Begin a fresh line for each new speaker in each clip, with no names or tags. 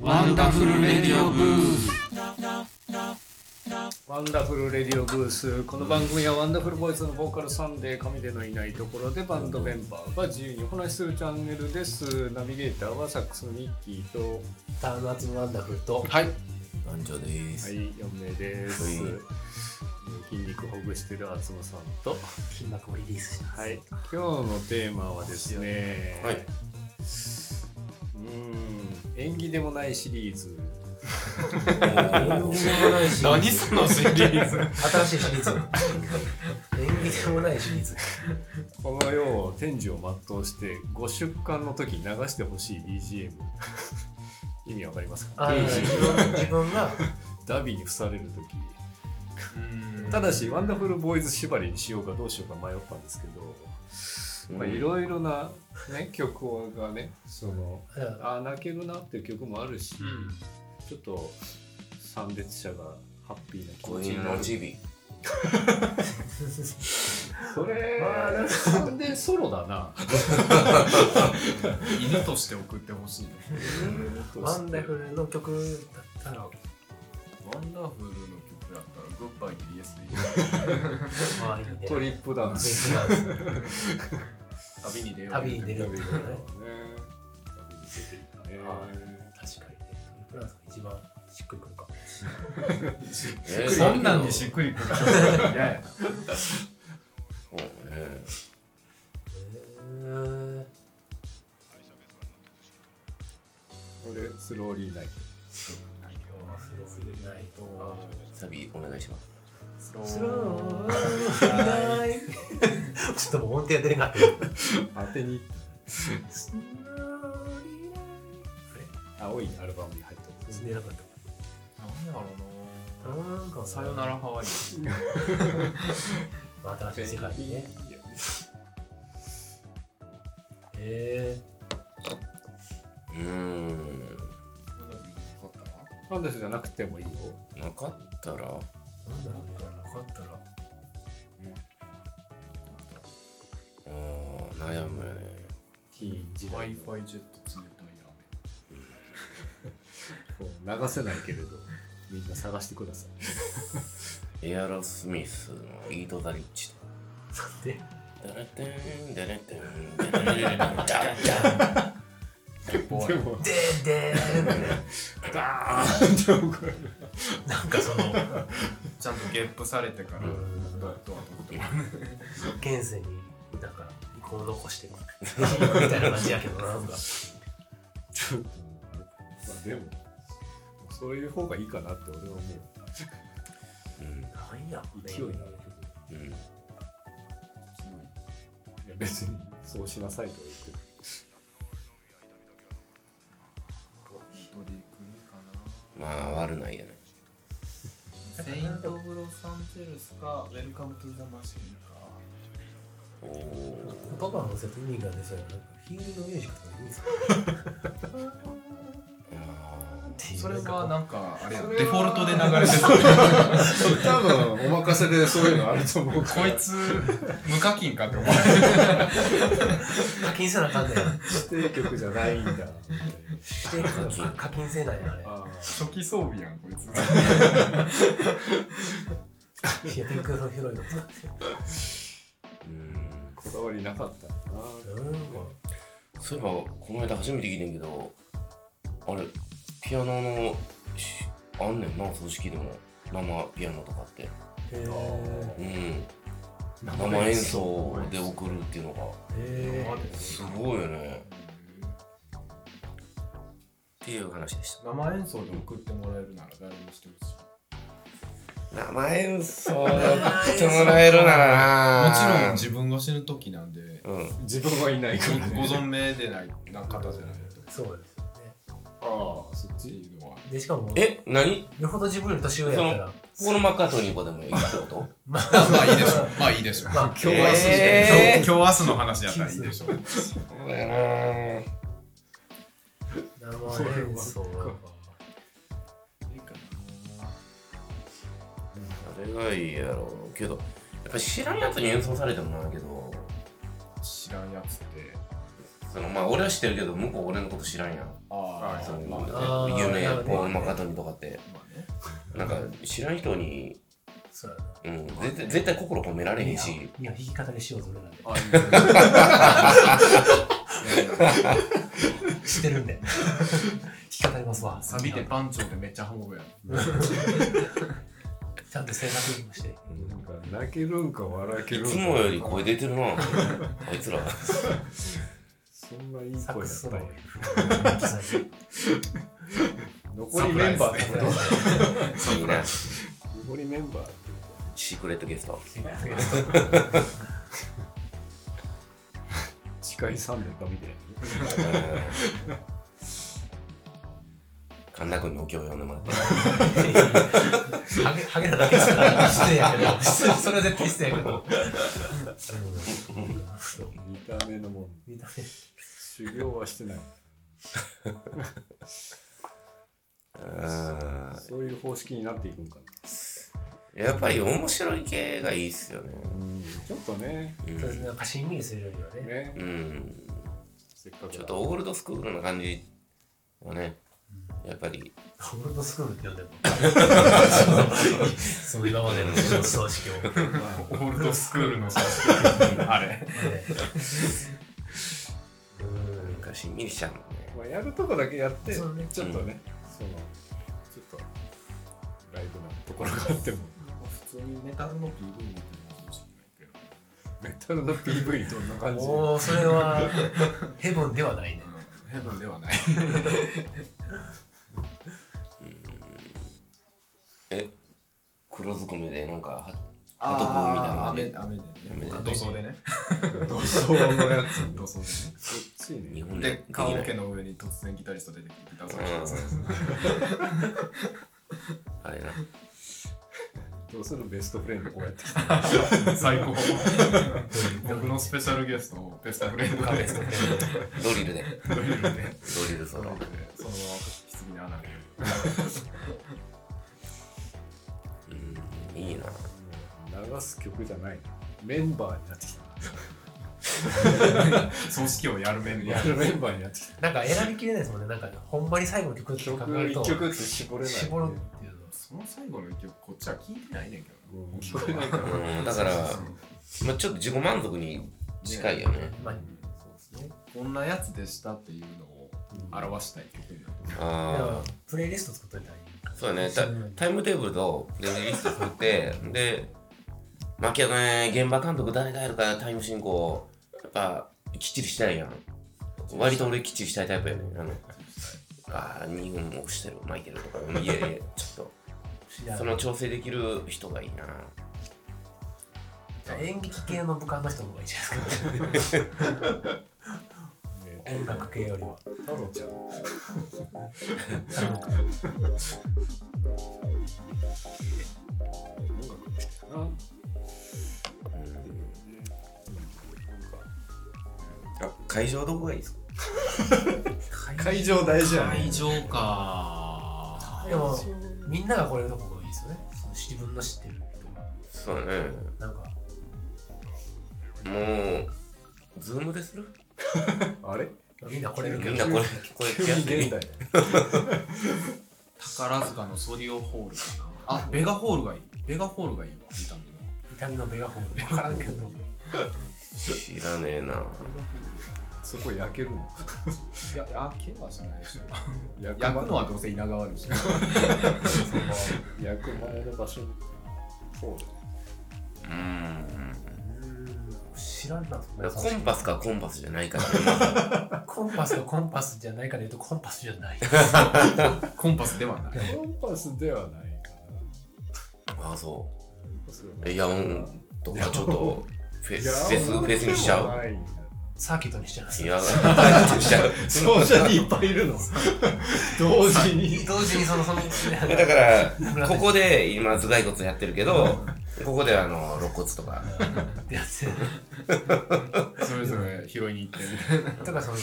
ワンダフルレディオブース
ワンダフルレディオブースこの番組はワンダフルボイスのボーカルサンデー神でのいないところでバンドメンバーが自由にお話しするチャンネルですナビゲーターはサックスのミッキーとは
ターンアツワンダフルと、
はい
男女です。
い4名です
はい
筋肉ほぐしてる厚野さんと
筋膜をリリースします。
はい今日のテーマはですね
はいう
ーん縁起でもないシリーズ
おー
何そのシリーズ
新しいシリーズ。縁起でもないシリーズ。
この世を天寿を全うしてご出棺の時に流してほしい BGM 意味わかりますか
あの自分自分が、
ダビに付される時ただしワンダフルボーイズ縛りにしようかどうしようか迷ったんですけどまあいろいろな、ね、曲がねそのあー泣けるなっていう曲もあるし、ちょっと参列者がハッピーな気持
五
ち
人
にな
の
る
チビ。
それ
まあなんか
サンデーソロだな
犬として送ってほしいね
ワンダフルの曲だったら、
ワンダフルの曲だったらグッバイイエスでいい
まあいいね。
トリップダンス
旅に出よう
旅に出
ダ
る
ビに出
みたい
て
な
る
ね。
ね
確かにね。フランスが一番しっくりくるかもし
えー
そんなんにしっくりくるいやいや
そうね
れない。
これスローリーナイト
サビお願いします。
スロー
スローラ イフちょっともう音程が出れなかった。
当てに青いアルバムに入ってるんですね
出なかった。
なんやろうな
なんか
さよなら ハワイ
また新しい世界にね。へ
うーん。
ファンタジーじゃなくてもいいよ
なかったら
え。なんだろうね。なかったら。
あー悩むよね。
ティーン時
w
代
i
の
f i ジェット冷たいラ
こう流せないけれどみんな探してください
エアロスミスのイート・ザ・リッチ。
さて。
ダラテンダラテンダラテンダラテン
ーメン
も
でーでー
ダーンってこれ
なんかその、
ちゃんとゲップされてから
う
どうんやってっても
現世に、だから、遺恨を残していく。みたいな感じやけどな、なんか。
ちょっとまあでもそういう方がいいかなって俺は思う
うん
なんやろね。
勢いのある曲
うん
いや別にそうしなさいとは言ってる
どれくる
まあ悪ないよね。
かなセイント・ブロサンゼルスかウェルカム・トゥ・ザ・マシンか
おお。
言葉を乗せて意味が出そうやな。なんかヒールのミュージックとかいいんですか
あ
それはなんかあれや
それは
デフォルトで流れて る
多分お任せでそういうのあると思う
こいつ無課金かって思われる
課金せなあかんねん。
指定曲じゃない んだ
してるけど課金せないな、あれ。
あ
初期装備やんこいつ
いや、天空の広いの。
ーうん。
こだわりなかったな
なんか。
そういえばこの間初めて聞いてんけどあれピアノのしあんねんな組織でも生ピアノとかって
へ
うん生演奏で送るっていうのが
え。へえ。
すごいよねっていう話でし
生演奏で送ってもらえるなら誰もしてほしい
た生演奏で送ってもらえるなら
もちろ ん
な
自分が死ぬ時なんで
ろんうん
自分はいないから、
ご存命でないな方じゃないと
そうですよね。
ああそっ
って
ち
いうのは
で、しかも、
え何
よほど自分より年上やったら、
このマッカートニー子でもいいってこと
まあいいでしょまあいいでしょ
まあ、
今日は
明日
えー
今日明日の話やったらいいでしょ
そうだよな
生演奏は
あれがいいやろうけどやっぱ知らんやつに演奏されてもなんやけど
知らんやつって
そのまあ俺は知ってるけど向こう俺のこと知らんやん
あ
その
まあね
あー
有名
なるほどね
ポール・マカートニーとかって
まあね
なんか知らん人に、
そう
うん、絶対絶対心褒めら
だ
れへんし
いや、弾き方でしようぞ、俺なんで。
あいいね
知ってるんで。弾き方ありますわ。
サビで番長でめっちゃハモるやん
ちゃんと正確にもして。
なんか泣けるんか笑け
い
るんか
つもより声出てるなあいつら
そんないい
サッ
声
ク
だっ
ス
た
の
んや残
ミキサーに
りメンバーってこと
いいね
残りメンバーって
シークレットゲスト
近い3年かみたい
うん神田君にお経を読んでもらって
ハゲハゲなだけですから。失礼やけど。失礼それは絶対失礼やけど。
な見た目のもん
見た
修行はしてない
うん
そういう方式になっていくんか
やっぱり面白い系がいいっすよね。
なうんちょっとね
う
目。そうですね
ん。
なんかしんみりするよりはね。
ね
うん、
せっかくだ
ちょっとオールドスクールな感じをね、やっぱり。
オールドスクールって呼んでも。その今までの葬式を。
オールドスクールのさあれ
なんかしんみりしちゃうもんね。
まあ、やるとこだけやって、
そうね
ちょっとね、そのちょっとライブのところがあっても
普通にメタルの PV みたいな感じけど
メタルの PV どんな感じ
おお、それはヘブンではないね。
ヘブンではない
え、黒ずくめでなんかは、
あ
トコみたいな
雨雨でね
雨で
土葬でね
土葬のやつ
土葬で
そ
ね
っち
日
ね
本で
で、カラオケ
の。
の上に突然ギタリスト出てきてギター
う
ソロしてます
ん。あれな。
どうするベストフレンドこうやって
最高 僕のスペシャルゲストをベストフレンドで
ドリルで。
ドリルで
ドリルソ
そのま
ロ
ま。棺に穴開ける
うん、いいな。
流す曲じゃないメンバーになってき
葬式をやる面
たやるメンバーになってきた
なんか選びきれないですもんね。なんかほんまに最後の曲って考
曲
える
一
と
曲って絞れない
絞るっていうのは。
その最後の一曲こっちは聞いてないねんけど
うん聞こえないから
うん、だから、まあ、ちょっと自己満足に近いよね。
まあ、そうですね。
こんなやつでしたっていうのを表したい曲になる
だか
ああ
ら。プレイリスト作っといたらいい。
そうだねタ、タイムテーブルとレジリスト 作って、で、マキアね、現場監督誰がやるかタイム進行、やっぱきっちりしたいやん。割と俺きっちりしたいタイプやねん。あのあー、2分も押してる、マイケルとか、いやいや、ち ょっと、その調整できる人がいいな。
じゃあ演劇系の部下の人の方がいいじゃないですか。
ね
音楽系よりは。
太郎ちゃん
あの
音楽の人かな
あ会場どこがいいですか
会場大事やね
会場か
でも、みんなが来れるとこがいいですよね。その自分の知ってる
そうだね。
人。なんか、
もう、ズームでする
あれ
みんな来れるけ
み
ど
んなこれ、これ
急
や
に
って
現
る
代
宝塚のソリオホールかなあベガホールがいいベガホールがいいわ見た目の
痛みのベガホール。わからんけど。
知らねえな。
そこ焼けるの
いや、あ、けはしないでしょ。
焼
焼くの
は
はどうせ稲川 でしょ。
焼く前の場所にそうだね
うん。
知らんな、そんな
コンパスかコンパスじゃない かって
コンパスとコンパスじゃないから言うとコンパスじゃない。
コンパスではない。
コンパスではないかな
ああそ
コンパスではな
ういやうんとかちょ っとフェ
い
スフェスフェスにしちゃう
サーキットにしてます
い。や 大丈夫にしちゃう
そうじゃにいっぱいいる の同時に
同時にその、その、
だからここで今頭蓋骨やってるけどここであの肋骨とか
ってやって。
それぞれ拾いに行ってる。
とかその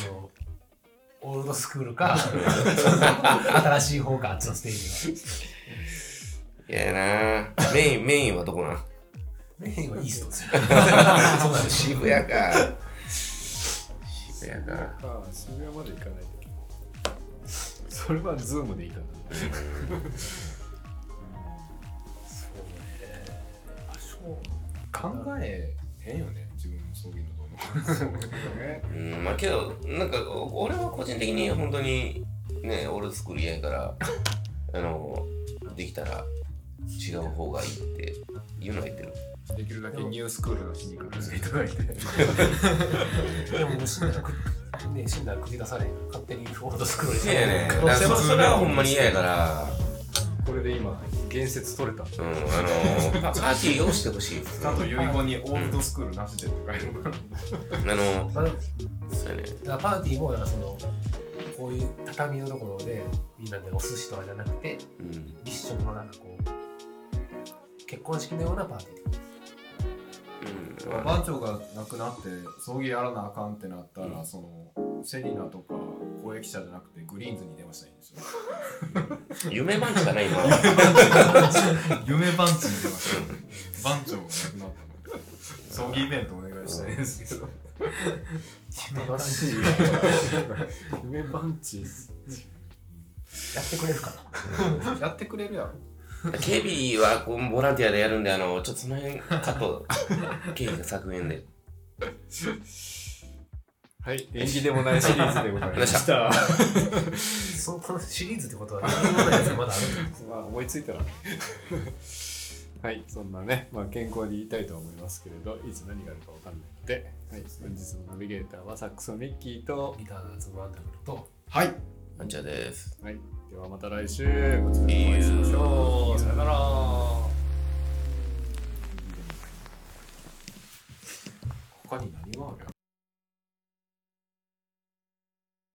オールドスクールか新しい方かあっちのステージが
いややなメインメインはどこなん
メインはイーストですよそうなんです
渋谷かせやな。
ああ、それはまだいかないけど。それはズームでいいかな。
考えへんよ ね自分のそういうのどうの
ね
うん、まあけど、なんか、俺は個人的に本当に、ね、オールドスクール嫌やから、あの、できたら違う方がいいって言うのは言ってる。
できるだけニュースクールの日にかけていただいて。
でももう死んだらく、ね、死んだら繰り出されへん勝手にフォードスクロール
そうやね。
可
だか
能
ら
性も
それはほんまに嫌やから、
これで今、言説取れた。
うん、あの、パーティーをしてほ しい。
ちゃんと遺言にオールドスクールなしでって書いてある
あの、
まあでも
そうやね。
だからパーティーもだからそのこういう畳のところでみんなでお寿司とかじゃなくて
うん。
一緒のなんかこう結婚式のようなパーティー
うん、まあ
番長が亡くなって葬儀やらなあかんってなったら、
うん
そのセリナとか公益者じゃなくてグリーンズに電話したらいいんですよ
夢番地かな、今。
夢番長に電話 して番長が亡くなったので葬儀イベントお願いしたいんですけど
楽しい
夢バンチ。
やってくれるかな
やってくれるやろ
警備はこうボランティアでやるんで、あの、ちょっとその辺、カット、 経費が削減で。
はい、演技でもないシリーズでございました。
そうこのシリーズってことは何もないやつがまだあるんだ
まあ思いついたら はいそんなね、まあ、健康に言いたいとは思いますけれどいつ何があるかわかんないので、はい、本日のナビゲーターはサックスのミッキーと、
ギターがつまんでくると
はい
あんちゃんです。
はい、ではまた来週お疲れ様でしましょうさよなら
他に何があるやろ